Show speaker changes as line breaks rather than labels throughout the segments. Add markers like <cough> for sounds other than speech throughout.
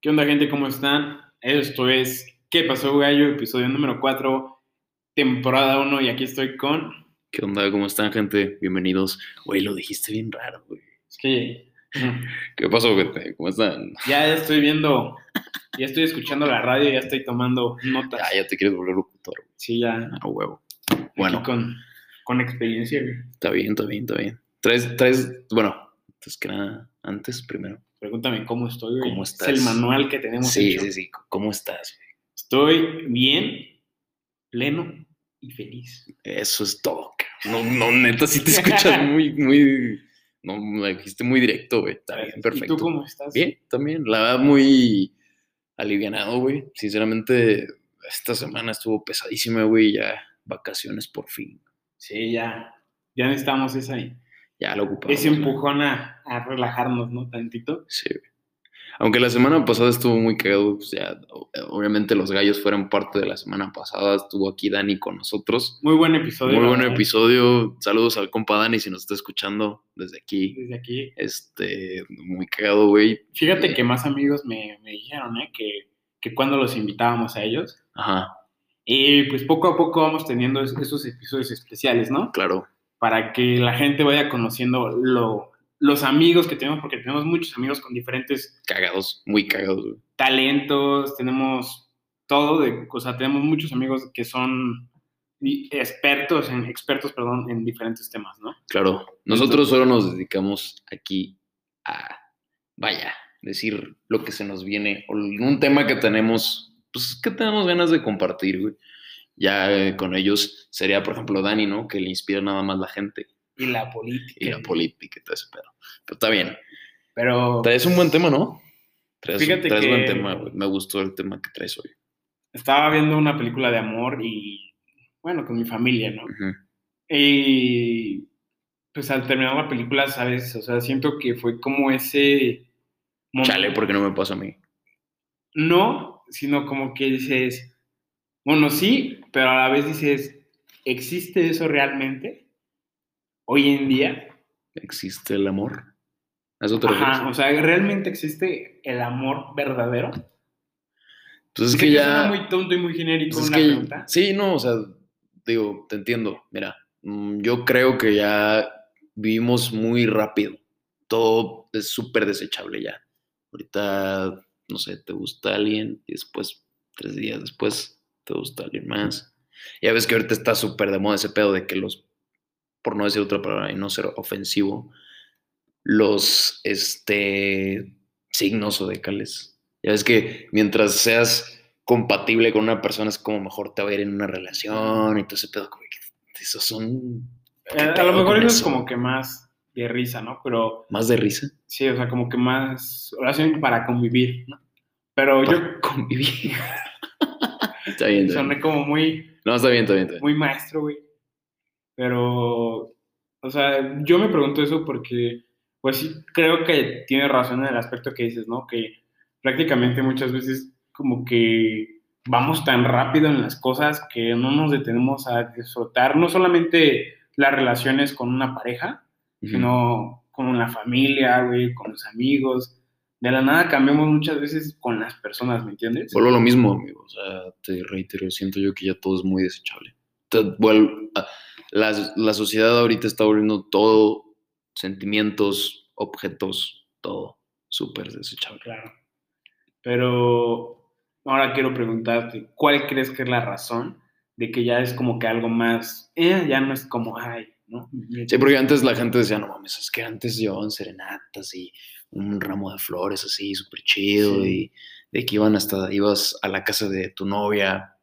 ¿Qué onda, gente? ¿Cómo están? Esto es ¿Qué pasó, gallo? Episodio número 4, temporada 1, y aquí estoy con...
¿Qué onda? ¿Cómo están, gente? Bienvenidos. Güey, lo dijiste bien raro, güey.
Es que <laughs>
¿Qué pasó, gente? ¿Cómo están?
ya estoy viendo, ya estoy escuchando la radio, ya estoy tomando notas.
Ah, ya te quieres volver locutor. güey.
Sí, ya.
Ah, huevo.
aquí
Bueno,
con, con experiencia. güey.
está bien, está bien, está bien. Tres, tres, bueno, antes que nada, antes primero.
Pregúntame cómo estoy, güey.
¿Cómo estás?
Es el manual que tenemos
Sí,
hecho.
sí, sí. ¿Cómo estás? güey?
Estoy bien, pleno y feliz.
Eso es todo, cabrón. No, no, neta, sí te <laughs> escuchas muy, muy, no, me dijiste muy directo, güey. Está bien, perfecto.
¿Y tú cómo estás?
Bien, también. La verdad, muy alivianado, güey. Sinceramente, esta semana estuvo pesadísima, güey. Ya vacaciones por fin.
Sí, ya. Ya necesitamos esa,
Ya lo ocupamos.
ese
güey.
empujón a, a relajarnos, ¿no? Tantito.
Sí, güey. Aunque la semana pasada estuvo muy cagado, pues ya, o- obviamente los gallos fueron parte de la semana pasada. Estuvo aquí Dani con nosotros.
Muy buen episodio.
Muy
la
buen
verdad.
episodio. Saludos al compa Dani si nos está escuchando desde aquí.
Desde aquí.
Este, muy cagado, güey.
Fíjate que más amigos me, me dijeron, ¿eh? Que, que cuando los invitábamos a ellos.
Ajá,
Y pues poco a poco vamos teniendo es- esos episodios especiales, ¿no?
claro.
Para que la gente vaya conociendo lo, los amigos que tenemos, porque tenemos muchos amigos con diferentes
Cagados, muy cagados, güey.
talentos, tenemos todo, de, o sea, tenemos muchos amigos que son i- expertos en, expertos, perdón, en diferentes temas, ¿no?
Claro, nosotros solo nos dedicamos aquí a, vaya, decir lo que se nos viene, o un tema que tenemos, pues que tenemos ganas de compartir, güey. Ya eh, con ellos sería, por ejemplo, Dani, ¿no? Que le inspira nada más la gente
Y la política.
y la política y todo ese pedo. Pero está bien.
Pero
Traes un buen tema, ¿no? Traes,
Fíjate
traes buen
que-
tema, güey. Me gustó el tema que traes hoy.
estaba viendo una película de amor y, bueno, con mi familia, ¿no?
Ujú.
Y pues al terminar la película, ¿sabes? O sea, siento que fue como ese... momento-
Chale, porque no me pasó a mí.
No, sino como que dices, bueno, sí, pero a la vez dices, ¿existe eso realmente? Hoy en día.
¿Existe el amor? ¿A eso te refieres?
Ajá, o sea, ¿realmente existe el amor verdadero?
Pues es
Sé
que ya...
suena muy tonto y muy genérico
Pues es
una
que-
pregunta.
sí, no, o sea, digo, te entiendo. Mira, mm, yo creo que ya vivimos muy rápido. Todo es súper desechable ya. Ahorita, no sé, te gusta alguien y después, tres días después, te gusta alguien más. Ya ves que ahorita está súper de moda ese pedo de que los, por no decir otra palabra y no ser ofensivo, los, este, signos zodiacales. Ya ves que mientras seas compatible con una persona es como mejor te va a ir en una relación y todo ese pedo. como que Eso son
Eh, A
pedo
lo mejor
con
eso es
eso?
como que más de risa, ¿no? Pero
más de risa
Sí, o sea, como que más oración para convivir, ¿no? Pero
para <laughs> convivir.
<laughs> yo
está bien, está bien.
soné como muy,
No, está bien, está bien, está bien.
muy maestro, güey. Pero, o sea, yo me pregunto eso porque, pues sí, creo que tiene razón en el aspecto que dices, ¿no? Que prácticamente muchas veces como que vamos tan rápido en las cosas que no nos detenemos a disfrutar, no solamente las relaciones con una pareja,
Ujú.
sino con la familia, güey, con los amigos. De la nada cambiamos muchas veces con las personas, ¿me entiendes?
Vuelvo a lo mismo, amigo. O sea, te reitero, siento yo que ya todo es muy desechable. Te vuel- a- la, la sociedad ahorita está volviendo todo, sentimientos, objetos, todo súper desechable.
Claro. Pero ahora quiero preguntarte, ¿cuál crees que es la razón de que ya es como que algo más, eh, ya no es como, ay, ¿no?
Sí, porque antes la gente decía, no mames, es que antes llevaban serenatas y un ramo de flores así, súper chido,
Sí.
y de que iban hasta, ibas a la casa de tu novia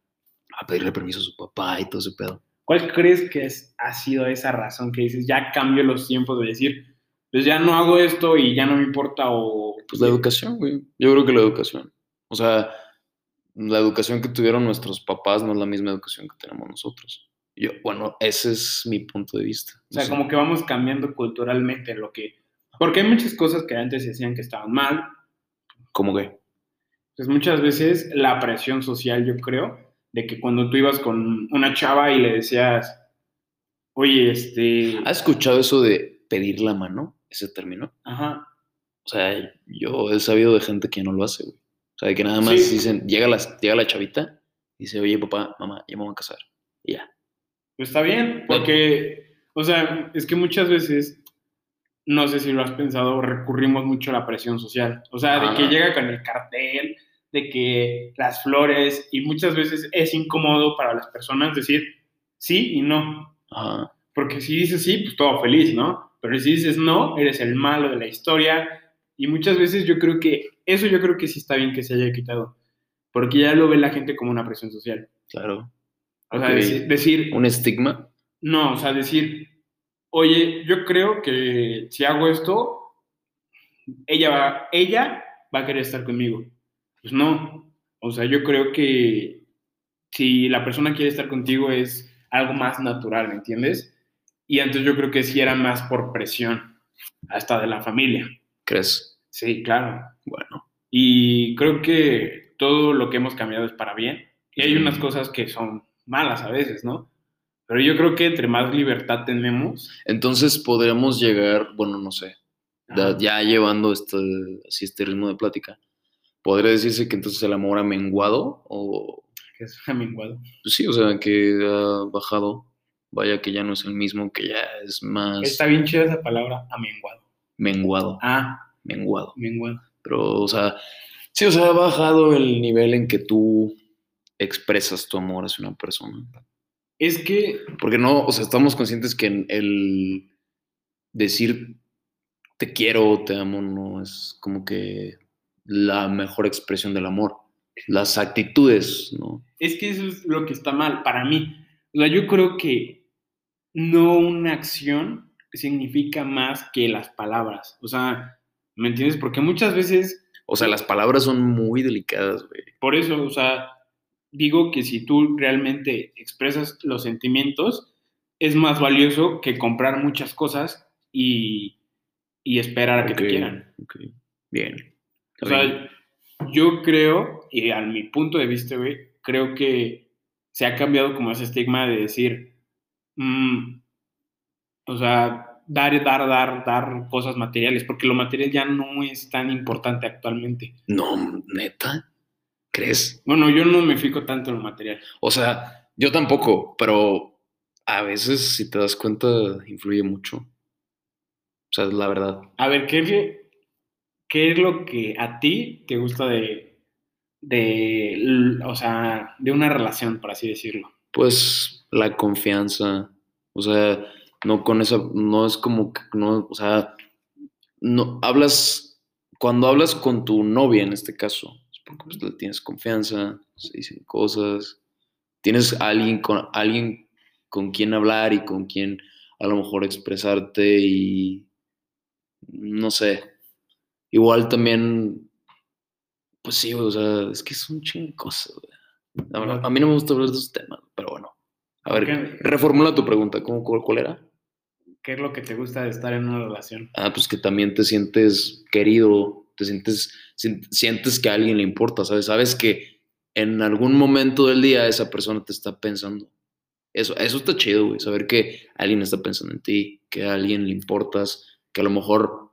a pedirle permiso a su papá y todo ese pedo.
¿Cuál crees que es, ha sido esa razón que dices, ya cambio los tiempos de decir, pues ya no hago esto y ya no me importa o...
Pues la educación, güey. Yo creo que la educación. O sea, la educación que tuvieron nuestros papás no es la misma educación que tenemos nosotros. Yo, bueno, ese es mi punto de vista.
O sea,
No sé.
como que vamos cambiando culturalmente lo que... Porque hay muchas cosas que antes se decían que estaban mal.
¿Cómo que?
Pues muchas veces la presión social, yo creo, de que cuando tú ibas con una chava y le decías, oye, este...
¿Has escuchado eso de pedir la mano? Ese término.
Ajá.
O sea, yo he sabido de gente que no lo hace, güey. O sea, de que nada más
Sí.
dicen, llega la, llega la chavita, dice, oye, papá, mamá, ya me voy a casar. Y ya.
Pues está bien, porque, o sea, es que muchas veces, no sé si lo has pensado, recurrimos mucho a la presión social. O sea, de que
Ah.
llega con el cartel, de que las flores, y muchas veces es incómodo para las personas decir sí y no.
Ajá.
Porque si dices sí, pues todo feliz, ¿no? Pero si dices no, eres el malo de la historia. Y muchas veces yo creo que, eso yo creo que sí está bien que se haya quitado. Porque ya lo ve la gente como una presión social.
Claro.
O sea,
Ok.
deci- decir,
Un estigma.
no, o sea, decir, oye, yo creo que si hago esto, ella va, ella va a querer estar conmigo. Pues no. O sea, yo creo que si la persona quiere estar contigo es algo más natural, ¿me entiendes? Y antes yo creo que sí era más por presión, hasta de la familia.
¿Crees?
Sí, claro.
Bueno.
Y creo que todo lo que hemos cambiado es para bien. Y hay
Mm.
unas cosas que son malas a veces, ¿no? Pero yo creo que entre más libertad tenemos,
Entonces podremos llegar, bueno, no sé, da-
ajá,
ya llevando este, así este ritmo de plática, ¿podría decirse que entonces el amor ha menguado? O,
que es amenguado.
pues sí, o sea, que ha bajado. Vaya que ya no es el mismo, que ya es más
Está bien chida esa palabra, amenguado.
menguado,
Ah,
menguado.
amenguado.
Pero, o sea, sí, o sea, ha bajado el nivel en que tú expresas tu amor hacia una persona.
Es que,
Porque no, o sea, estamos conscientes que en el decir te quiero, te amo, no es como que la mejor expresión del amor. Las actitudes, ¿no?
es que eso es lo que está mal para mí. O sea, yo creo que no una acción significa más que las palabras. O sea, ¿me entiendes? Porque muchas veces
O sea, las palabras son muy delicadas, güey.
Por eso, o sea, digo que si tú realmente expresas los sentimientos, es más valioso que comprar muchas cosas y, y esperar a que te
Ok,
quieran.
ok. Bien.
O
está bien.
sea, yo creo, y a mi punto de vista, güey, creo que se ha cambiado como ese estigma de decir, mm, o sea, dar, dar, dar, dar cosas materiales, porque lo material ya no es tan importante actualmente.
no, neta, ¿crees?
Bueno, yo no me fijo tanto en lo material.
O sea, yo tampoco, pero a veces, si te das cuenta, influye mucho. O sea, es la verdad.
A ver, ¿qué, es- qué es lo que a ti te gusta de, de, l- o sea, de una relación, por así decirlo?
Pues la confianza. O sea, no con esa, no es como que, no, o sea, no hablas, cuando hablas con tu novia en este caso, es porque pues, le tienes confianza, se dicen cosas, tienes a alguien con alguien con quien hablar y con quien a lo mejor expresarte y no sé. Igual también, pues sí, o sea, es que es un chingo de cosas, güey. La verdad, a mí no me gusta hablar de esos temas, pero bueno. A ver,
Ok.
reformula tu pregunta, ¿cómo, cuál, cuál era?
¿Qué es lo que te gusta de estar en una relación?
Ah, pues que también te sientes querido, te sientes, sien- sientes que a alguien le importa, ¿sabes? Sabes que en algún momento del día esa persona te está pensando. Eso, eso está chido, güey, saber que alguien está pensando en ti, que a alguien le importas, que a lo mejor,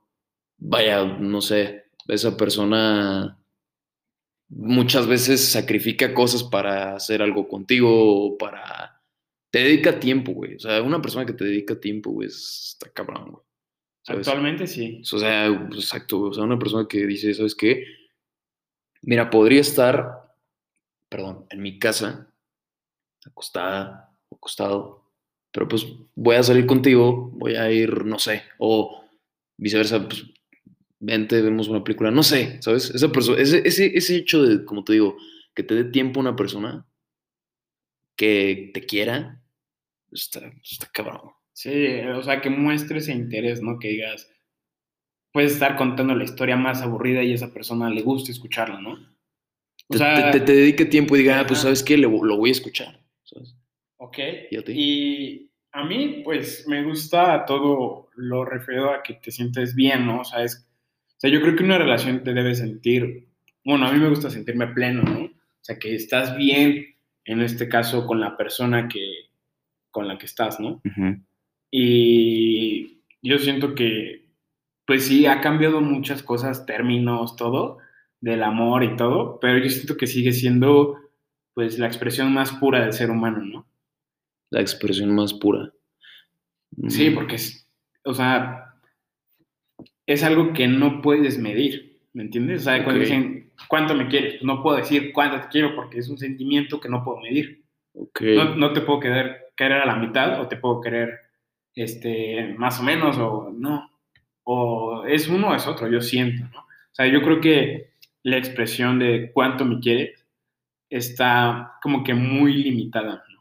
vaya, no sé, esa persona muchas veces sacrifica cosas para hacer algo contigo o para... Te dedica tiempo, güey. O sea, una persona que te dedica tiempo, güey, es- está cabrón, güey. ¿sabes?
Actualmente sí.
O sea, exacto, güey. O sea, una persona que dice, ¿sabes qué? Mira, podría estar, perdón, en mi casa, acostada o acostado, pero pues voy a salir contigo, voy a ir, no sé, o viceversa, pues vente, vemos una película, no sé, ¿sabes? Esa persona, ese, ese, ese hecho de, como te digo, que te dé tiempo una persona que te quiera, está, está cabrón.
Sí, o sea, que muestres ese interés, ¿no? Que digas, puedes estar contando la historia más aburrida y a esa persona le gusta escucharla, ¿no? O
Te,
sea,
te- te dedique tiempo y diga, ah, pues
ajá.
sabes qué, Le vo- lo voy a escuchar. ¿sabes?
ok.
¿Y a ti?
Y a mí, pues, me gusta todo lo referido a que te sientes bien, ¿no? O sea, es, o sea, yo creo que una relación te debe sentir, bueno, a mí me gusta sentirme pleno, ¿no? O sea, que estás bien, en este caso, con la persona que, con la que estás, ¿no? Y yo siento que, pues sí, ha cambiado muchas cosas, términos, todo, del amor y todo, pero yo siento que sigue siendo pues la expresión más pura del ser humano, ¿no?
La expresión más pura. Mm.
Sí, porque es, o sea, es algo que no puedes medir, ¿me entiendes? O sea, cuando
Ok.
dicen cuánto me quieres, pues, no puedo decir cuánto te quiero porque es un sentimiento que no puedo medir.
Ok.
No, no te puedo querer, querer a la mitad o te puedo querer este, más o menos o no. O es uno o es otro, yo siento, ¿no? O sea, yo creo que la expresión de cuánto me quieres está como que muy limitada, ¿no?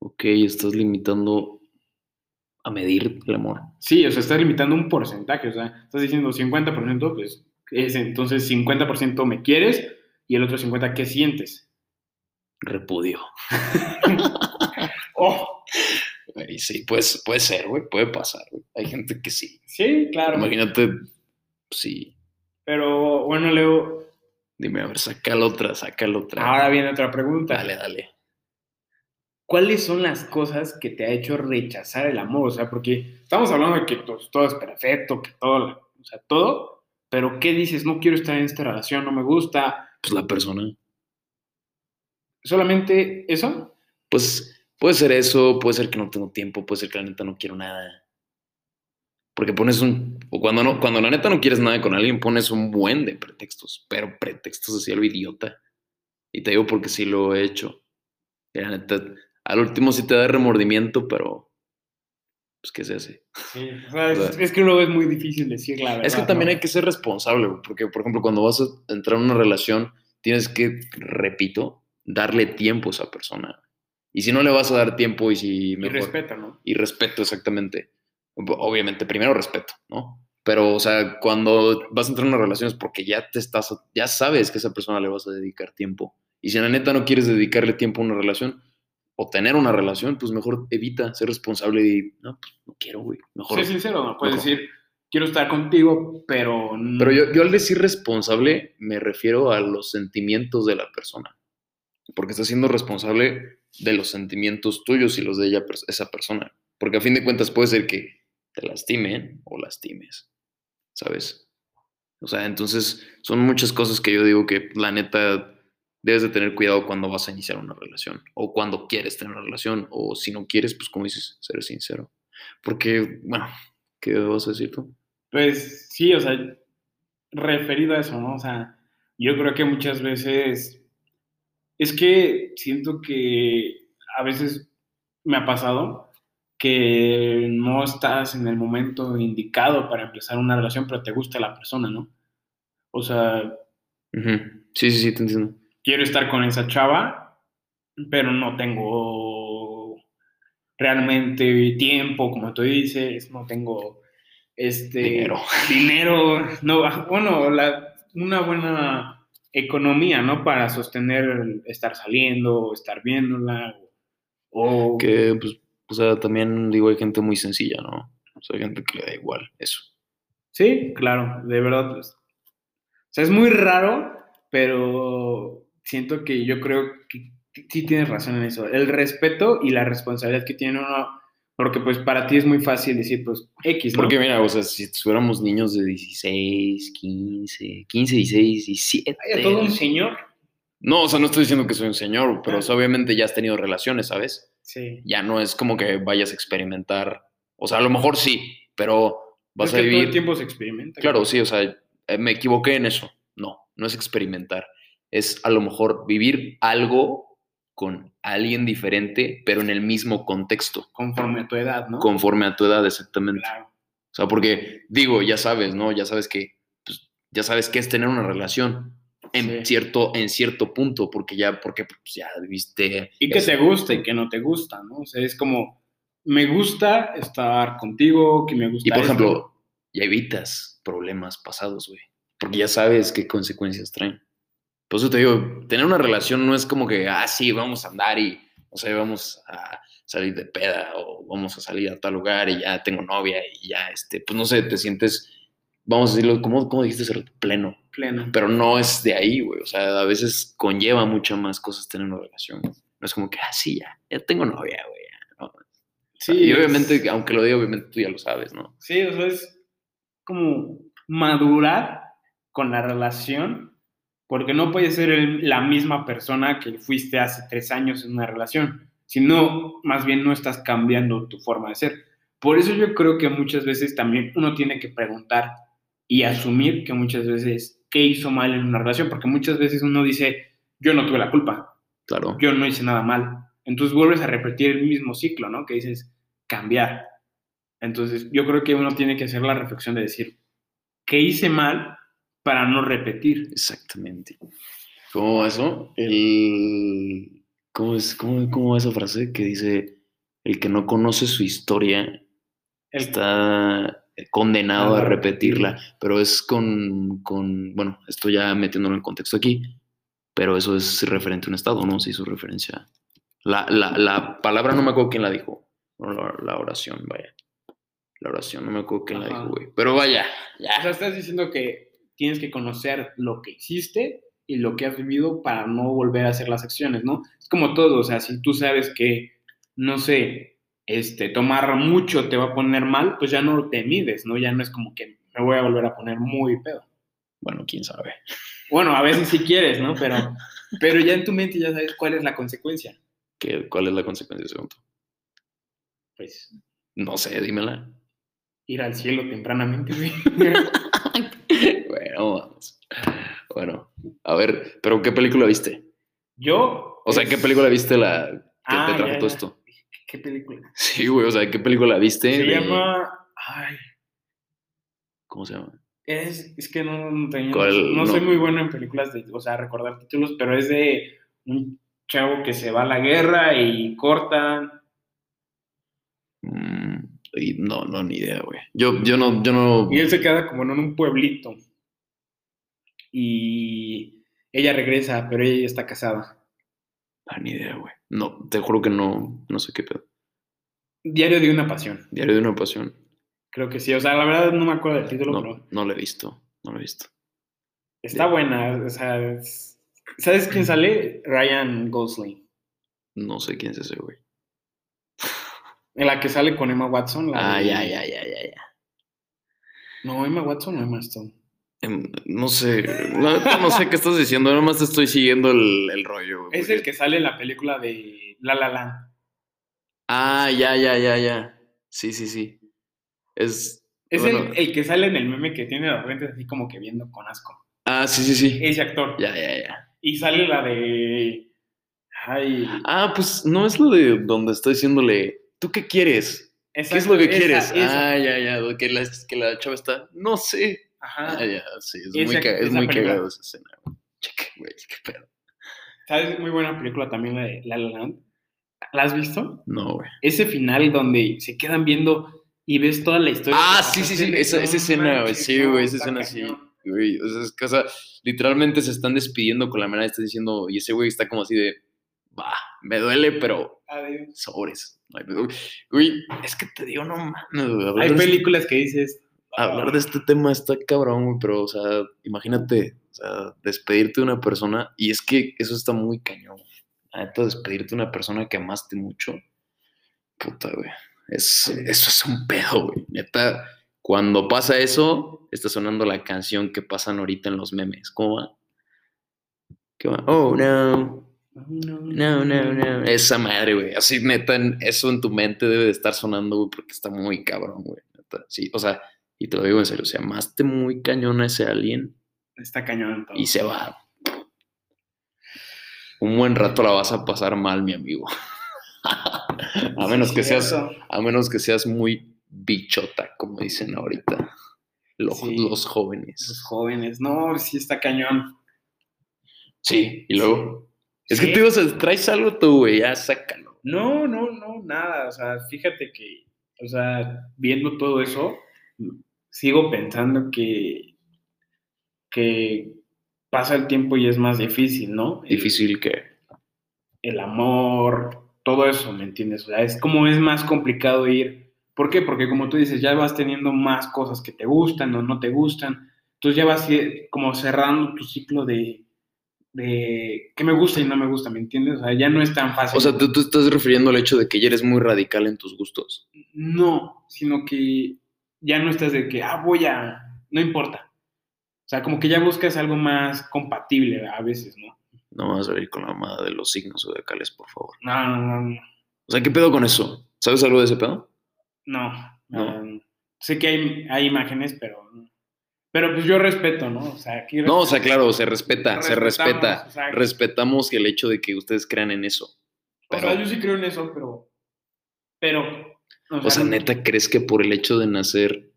Ok, estás limitando a medir el amor.
Sí, o sea, estás limitando un porcentaje, o sea, estás diciendo 50%, pues es entonces 50% me quieres y el otro 50% ¿qué sientes?
Repudio.
<laughs> ¡Oh!
Y sí, pues, puede ser, güey, puede pasar, güey. Hay gente que sí.
Sí, claro.
Imagínate, sí.
Pero bueno, Leo,
Dime, a ver, sácala otra, sácala otra.
ahora viene otra pregunta.
Dale, dale.
¿Cuáles son las cosas que te ha hecho rechazar el amor? O sea, porque estamos hablando de que pues, todo es perfecto, que todo, o sea, todo, pero ¿qué dices? No quiero estar en esta relación, no me gusta.
Pues la persona.
¿Solamente eso?
Pues puede ser eso, puede ser que no tengo tiempo, puede ser que la neta no quiero nada. Porque pones un. O cuando, no, cuando la neta no quieres nada con alguien, pones un buen de pretextos, pero pretextos así a lo idiota. Y te digo porque sí lo he hecho. Y la neta, al último sí te da remordimiento, pero. Pues, ¿qué se hace?
Sí, o sea, es, es que luego es muy difícil decir la verdad.
Es que también
¿no?
hay que ser responsable, güey, porque, por ejemplo, cuando vas a entrar en una relación, tienes que, repito, darle tiempo a esa persona. Y si no le vas a dar tiempo y si
Y
mejor-
respeto, ¿no?
y respeto, exactamente. Ob- Obviamente, primero respeto, ¿no? Pero, o sea, cuando vas a entrar en una relación es porque ya te estás, ya sabes que a esa persona le vas a dedicar tiempo. Y si la neta no quieres dedicarle tiempo a una relación o tener una relación, pues mejor evita ser responsable y no, pues no quiero, güey. Mejor.
Ser sincero, no puedes
Ojo.
decir, quiero estar contigo, pero... n-
Pero yo, yo al decir responsable me refiero a los sentimientos de la persona. Porque estás siendo responsable de los sentimientos tuyos y los de ella, pers- esa persona. Porque a fin de cuentas puede ser que te lastimen o lastimes. ¿Sabes? O sea, entonces son muchas cosas que yo digo que la neta debes de tener cuidado cuando vas a iniciar una relación. O cuando quieres tener una relación. O si no quieres, pues como dices, ser sincero. Porque, bueno, ¿qué vas a decir tú?
Pues sí, o sea, referido a eso, ¿no? O sea, yo creo que muchas veces... Es que siento que a veces me ha pasado que no estás en el momento indicado para empezar una relación, pero te gusta la persona, ¿no? O sea,
Ujú. Sí, sí, sí, te entiendo.
quiero estar con esa chava, pero no tengo realmente tiempo, como tú dices, no tengo este
Dinero.
dinero, no, bueno, la- una buena economía, ¿no? Para sostener el estar saliendo, o estar viéndola, o
Que, pues, o sea, también digo, hay gente muy sencilla, ¿no? O sea, hay gente que le da igual eso.
Sí, claro, de verdad. pues. O sea, es muy raro, pero siento que yo creo que t- sí tienes razón en eso. El respeto y la responsabilidad que tiene uno, porque pues para ti es muy fácil decir, pues X, ¿no?
Porque mira, o sea, si fuéramos niños de 16, 15, 15, 16, 17.
Hay a todo un señor.
No, o sea, no estoy diciendo que soy un señor, pero o sea, obviamente ya has tenido relaciones, ¿sabes?
Sí.
Ya no es como que vayas a experimentar. O sea, a lo mejor sí, pero vas
es
a
que todo el
vivir.
tiempo se experimenta.
Claro, sí, o sea, eh, me equivoqué en eso. No, no es experimentar. Es a lo mejor vivir algo con alguien diferente, pero en el mismo contexto.
Conforme a tu edad, ¿no?
conforme a tu edad, exactamente.
Claro.
O sea, porque digo, ya sabes, ¿no? Ya sabes que, pues, ya sabes qué es tener una relación en
Sí.
cierto, en cierto punto, porque ya, porque pues, ya viste.
Y que
es-
te gusta y que no te gusta, ¿no? O sea, es como, me gusta estar contigo, que me gusta.
Y por
esto.
ejemplo, ya evitas problemas pasados, güey. Porque ya sabes qué consecuencias traen. Por eso te digo, tener una relación no es como que, ah, sí, vamos a andar y, o sea, vamos a salir de peda o vamos a salir a tal lugar y ya tengo novia y ya, este, pues no sé, te sientes, vamos a decirlo, ¿cómo, cómo dijiste ser pleno?
pleno.
Pero no es de ahí, güey. O sea, a veces conlleva muchas más cosas tener una relación. No es como que, ah, sí, ya, ya tengo novia, güey.
Sí,
y
es-
obviamente, aunque lo diga, obviamente tú ya lo sabes, ¿no?
Sí, o sea, es como madurar con la relación, porque no puedes ser el- la misma persona que fuiste hace tres años en una relación, sino más bien no estás cambiando tu forma de ser. Por eso yo creo que muchas veces también uno tiene que preguntar y asumir que muchas veces qué hizo mal en una relación, porque muchas veces uno dice, yo no tuve la culpa,
Claro.
yo no hice nada mal. Entonces vuelves a repetir el mismo ciclo, ¿no? Que dices, cambiar. Entonces yo creo que uno tiene que hacer la reflexión de decir, ¿qué hice mal para no repetir?
Exactamente. ¿Cómo va eso? El... ¿Cómo, es, cómo, cómo va esa frase que dice, el que no conoce su historia
El-
está eh, condenado
Ah,
a repetirla, pero es con, con, bueno, estoy ya metiéndolo en contexto aquí, pero eso es referente a un estado, ¿no? Se hizo referencia. La, la, la palabra no me acuerdo quién la dijo, o la, la oración, vaya. La oración no me acuerdo quién la
Ajá.
dijo, güey. Pero vaya, ya.
O sea, estás diciendo que tienes que conocer lo que hiciste y lo que has vivido para no volver a hacer las acciones, ¿no? Es como todo, o sea, si tú sabes que, no sé, este, tomar mucho te va a poner mal, pues ya no te mides, ¿no? Ya no es como que me voy a volver a poner muy pedo.
bueno, quién sabe.
Bueno, a veces sí quieres, ¿no? Pero, pero ya en tu mente ya sabes cuál es la consecuencia.
¿Qué, ¿Cuál es la consecuencia, según tú?
Pues
No sé, dímela.
ir al cielo tempranamente, güey. <laughs>
bueno, vamos. Bueno, a ver, pero ¿qué película viste?
Yo...
O sea,
es-
¿qué película viste la que
Ah,
te trajo
ya,
todo
ya.
esto?
¿Qué película?
Sí, güey, o sea, ¿qué película viste?
Se
de-
llama... Ay,
¿Cómo se llama?
Es, es que no, no tenía-
¿Cuál?
no soy
No.
muy bueno en películas de, o sea, recordar títulos, pero es de un chavo que se va a la guerra y corta.
Mm, y no, no, ni idea, güey. Yo, yo no, yo no.
Y él se queda como en un pueblito. Y ella regresa, pero ella ya está casada.
Ah, ni idea, güey. No, te juro que no, no sé qué pedo.
Diario de una pasión,
Diario de una pasión.
creo que sí. O sea, la verdad no me acuerdo del título, pero
No, no la he visto. No la he visto.
está buena. O sea, es- ¿sabes quién sale? Ryan Gosling.
No sé quién es ese, güey.
En la que sale con Emma Watson. la
Ah,
de-
ya, ya, ya, ya, ya.
No, Emma Watson o Emma Stone.
Em, No sé, la neta no sé qué estás diciendo, nada más te estoy siguiendo el, el rollo. güey,
Es
porque-
el que sale en la película de La La Land.
Ah, ya, ya, ya, ya. Sí, sí, sí. Es.
Es
Bueno.
el, el que sale en el meme que tiene la frente así como que viendo con asco.
Ah, sí, sí, sí.
Ese actor.
Ya, ya, ya.
Y sale la de. Ay.
Ah, pues no es lo de donde está diciéndole, ¿tú qué quieres? ¿Qué es lo que quieres?
esa.
Ah, ya, ya. lo Que la, que la chava está, no sé.
Ajá.
Ah, ya, sí. Es
Esa-
muy, ca- es
esa
muy
película.
cagado esa escena. güey. Checa, güey, qué pedo.
¿Sabes? Muy buena película también la de La La Land. ¿La has visto?
No, güey.
Ese final donde se quedan viendo y ves toda la historia.
Ah,
que
sí, sí,
pasaste,
sí.
de,
Esa,
no
esa escena, güey.
manches,
Sí,
no,
güey. Esa
está
escena sí.
cañón.
Güey, o sea, es que, o sea, literalmente se están despidiendo con la manera está diciendo, y ese güey está como así de, va, me duele, pero
Adiós.
Sobres. No hay pedo. Güey, es que te digo, no mames, güey, hablar,
Hay
de, este-
películas que dices.
hablar de este tema está cabrón, güey, pero, o sea, imagínate, o sea, despedirte de una persona, y es que eso está muy cañón. güey. La neta, despedirte de una persona que amaste mucho, puta, güey. Es, eso es un pedo, güey. Neta, cuando pasa eso, está sonando la canción que pasan ahorita en los memes. ¿Cómo va? ¿Qué va? Oh, no. No, no, no. Mm. Esa madre, güey. Así, neta, en- eso en tu mente debe de estar sonando, güey, porque está muy cabrón, güey. neta. Sí, o sea, y te lo digo en serio, o sea, amaste muy cañón a ese alien
Está cañón todo.
y se va. Un buen rato la vas a pasar mal, mi amigo. <laughs> a menos
Sí,
que seas,
cierto.
a menos que seas muy bichota, como dicen ahorita. lo-
Sí.
Los
Los
jóvenes.
jóvenes. No, sí está cañón.
Sí, y luego. Es que
Sí.
te digo, o sea, traes algo tú, güey, ya sácalo.
No, no, no, nada. O sea, fíjate que, o sea, viendo todo eso, sigo pensando que, que pasa el tiempo y es más difícil, ¿no? El-
Difícil que.
El, amor, todo eso, ¿me entiendes? O sea, es como es más complicado ir. ¿Por qué? Porque como tú dices, ya vas teniendo más cosas que te gustan o no te gustan. Entonces ya vas eh, como cerrando tu ciclo de, de qué me gusta y no me gusta, ¿me entiendes? O sea, ya no es tan fácil.
O sea, tú, tú estás refiriendo al hecho de que ya eres muy radical en tus gustos.
No, sino que ya no estás de que, ah, voy a, no importa. O sea, como que ya buscas algo más compatible a veces, ¿no?
No vas a venir con la mamada de los signos zodiacales, por favor.
No, no, no, no.
O sea, ¿qué pedo con eso? ¿Sabes algo de ese pedo?
No.
No.
um, sé que hay, hay imágenes, pero. Pero pues yo respeto, ¿no? O sea, aquí
No, o sea, claro, se respeta, se
respetamos,
respeta.
o sea,
Respetamos el hecho de que ustedes crean en eso. Pero,
O sea, yo sí creo en eso, pero. Pero.
o sea, neta, ¿crees que por el hecho de nacer,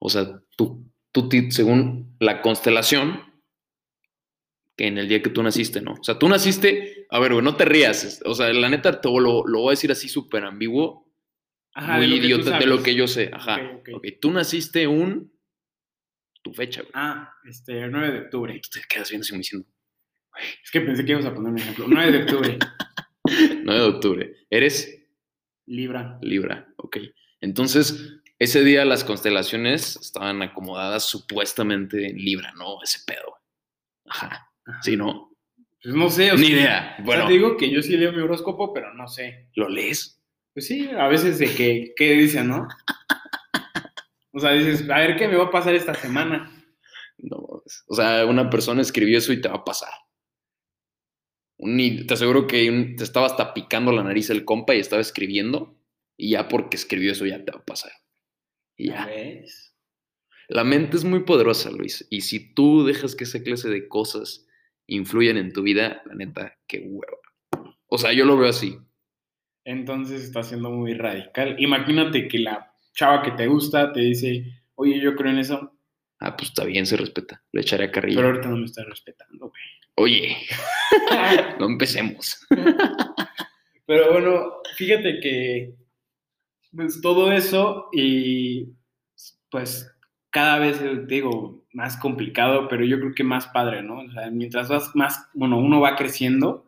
o sea, tú, tú, ti- según la constelación, que en el día que tú naciste, ¿no? O sea, tú naciste, a ver, güey, no te rías, es- o sea, la neta, te lo, lo voy a decir así súper ambiguo,
Ajá,
muy
de lo que tú
idiota, de lo
sabes.
que yo sé, ajá.
Ok, ok.
Ok, tú naciste un, tu fecha, güey.
Ah, este, el 9 de octubre.
Tú te quedas viendo así como diciendo,
Es que pensé que ibas a poner un ejemplo. 9 de
<laughs>
octubre,
9 de octubre, eres
Libra.
Libra, ok. Entonces, ese día las constelaciones estaban acomodadas supuestamente en Libra, ¿no? Ese pedo. Ajá. Sí, ¿no?
Pues no sé, o
Ni
sea,
idea.
o sea,
Bueno,
te digo que yo sí leo mi horóscopo, pero no sé.
¿lo lees?
Pues sí, a veces de que, ¿qué dicen, no? O sea, dices, a ver qué me va a pasar esta semana.
No. mames. O sea, una persona escribió eso y te va a pasar. Un i- te aseguro que un- te estaba hasta picando la nariz el compa y estaba escribiendo. Y ya porque escribió eso ya te va a pasar. Y ya.
¿Ves?
La mente es muy poderosa, Luis. Y si tú dejas que esa clase de cosas influyan en tu vida, la neta, qué hueva. O sea, yo lo veo así.
Entonces está siendo muy radical. Imagínate que la chava que te gusta te dice, oye, yo creo en eso,
Ah, pues está bien, se respeta. Le echaré a carrilla.
pero ahorita no me está respetando, güey. <laughs>
Oye, no empecemos.
Pero bueno, fíjate que pues, todo eso y pues cada vez eh, digo más complicado, pero yo creo que más padre, ¿no? O sea, mientras vas más, bueno, uno va creciendo,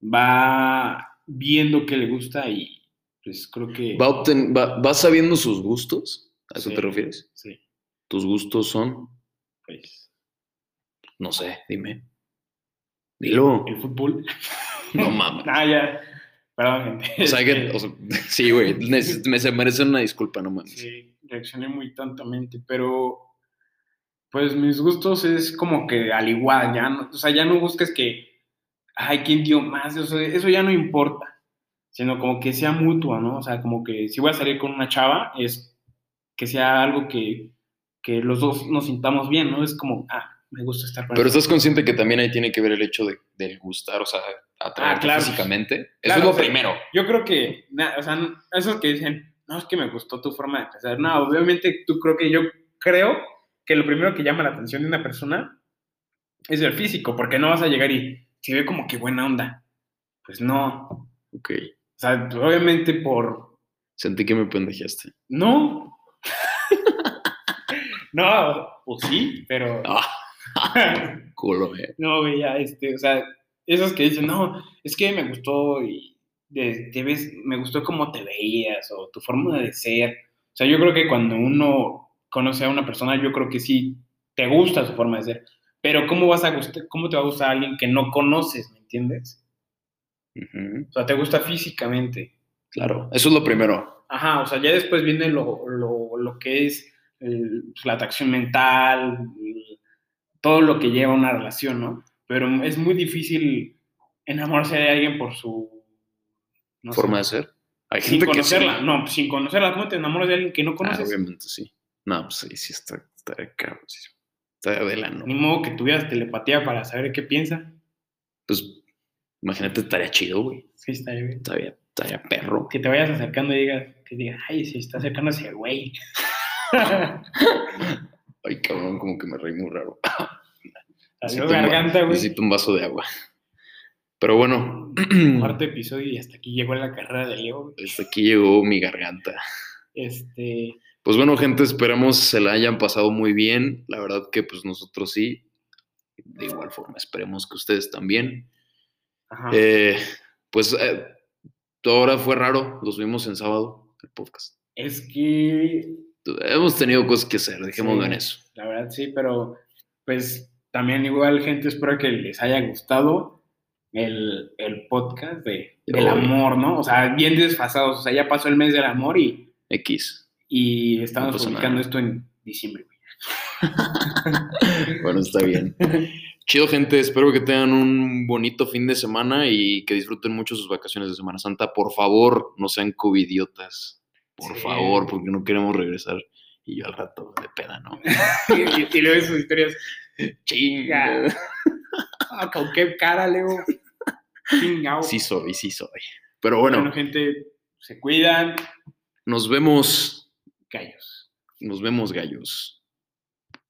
va viendo qué le gusta y pues creo que
¿Va, obten- va- va sabiendo sus gustos? ¿A eso
Sí.
te refieres?
sí,
¿Tus gustos son?
pues
No sé, dime. Dilo.
el fútbol.
<laughs> No
<laughs>
mames.
Ah, ya. Perdón, <laughs> gente.
O sea, que,
Este,
o sea, <laughs> sí, güey. neces- Me se merece una disculpa, no mames.
Sí, reaccioné muy tontamente, pero pues mis gustos es como que al igual, ya no, o sea, ya no busques que, ay, ¿quién dio más? Eso, eso ya no importa, sino como que sea mutua, ¿no? O sea, como que si voy a salir con una chava, es que sea algo que, que los dos nos sintamos bien, ¿no? Es como, ah, me gusta estar con
Pero
esta-
estás consciente que también ahí tiene que ver el hecho de, del gustar, o sea, atraerte
Ah, claro.
físicamente. Eso
Claro,
es lo
o sea,
primero.
Yo creo que, na- o sea, n- esos que dicen, no, es que me gustó tu forma de pensar. No, obviamente tú creo que yo creo que lo primero que llama la atención de una persona es el físico, porque no vas a llegar y se ve como que buena onda. Pues no. O
Ok.
sea, obviamente por.
Sentí que me pendejeaste.
No. <laughs> no, o sí,
<laughs>
pero.
Ah, culo, eh. güey.
No, güey, ya, este, o sea, esos que dicen, no, es que me gustó y de- te ves, me gustó cómo te veías o tu forma de ser. O sea, yo creo que cuando uno conoce a una persona, yo creo que sí te gusta su forma de ser. Pero ¿cómo vas a gustar, cómo te va a gustar alguien que no conoces, ¿me entiendes?
Ujú,
O sea, te gusta físicamente.
Claro, eso es lo primero.
Ajá, o sea, ya después viene lo, lo, lo que es eh, pues, la atracción mental, y todo lo que lleva a una relación, ¿no? Pero es muy difícil enamorarse de alguien por su... no sé,
Forma de ser. Hay
Sin
gente que sí.
conocerla, no, pues, sin conocerla. ¿Cómo te enamoras de alguien que no
Ah,
conoces?
obviamente sí. No, pues sí, sí está, está de cabrón. sí. Está de vela,
Ni
¿no?
modo que tuvieras telepatía para saber qué piensa.
Pues imagínate, estaría chido, güey.
Sí, está bien.
Estaría, estaría perro.
Que te vayas acercando y digas, que digas, ay, se está acercando ese güey. <laughs>
Ay, cabrón, como que me reí muy raro.
Salió
toma-
garganta, güey.
Necesito un vaso de agua.
<clears throat>
Pero bueno.
Cuarto episodio y hasta aquí llegó la carrera de Leo. güey.
Hasta aquí llegó mi garganta.
Este,
Pues bueno, gente, esperamos se la hayan pasado muy bien. La verdad que pues nosotros sí. De igual forma, esperemos que ustedes también.
ajá.
Eh, pues eh, ahora fue raro, los vimos en sábado, el podcast.
Es que,
Hemos tenido cosas que hacer, dejémoslo
Sí.
en eso.
la verdad sí, pero pues también igual, gente, espero que les haya gustado el, el podcast de, del
Obvio.
amor, ¿no? O sea, bien desfasados, o sea, ya pasó el mes del amor y,
X.
y
No
estamos
pasa
publicando
nada.
esto en diciembre. güey.
Bueno, está bien. <laughs> Chido, gente. Espero que tengan un bonito fin de semana y que disfruten mucho sus vacaciones de Semana Santa. Por favor, no sean covidiotas. Por
Sí.
favor, porque no queremos regresar. Y yo al rato de peda,
<laughs>
¿no?
y, y- y luego sus historias.
Chinga.
Ah, con qué cara,
<laughs>
Leo. Chingao.
Sí soy, sí soy. Pero bueno,
bueno, gente, se cuidan.
nos vemos.
Callos.
Nos vemos, gallos.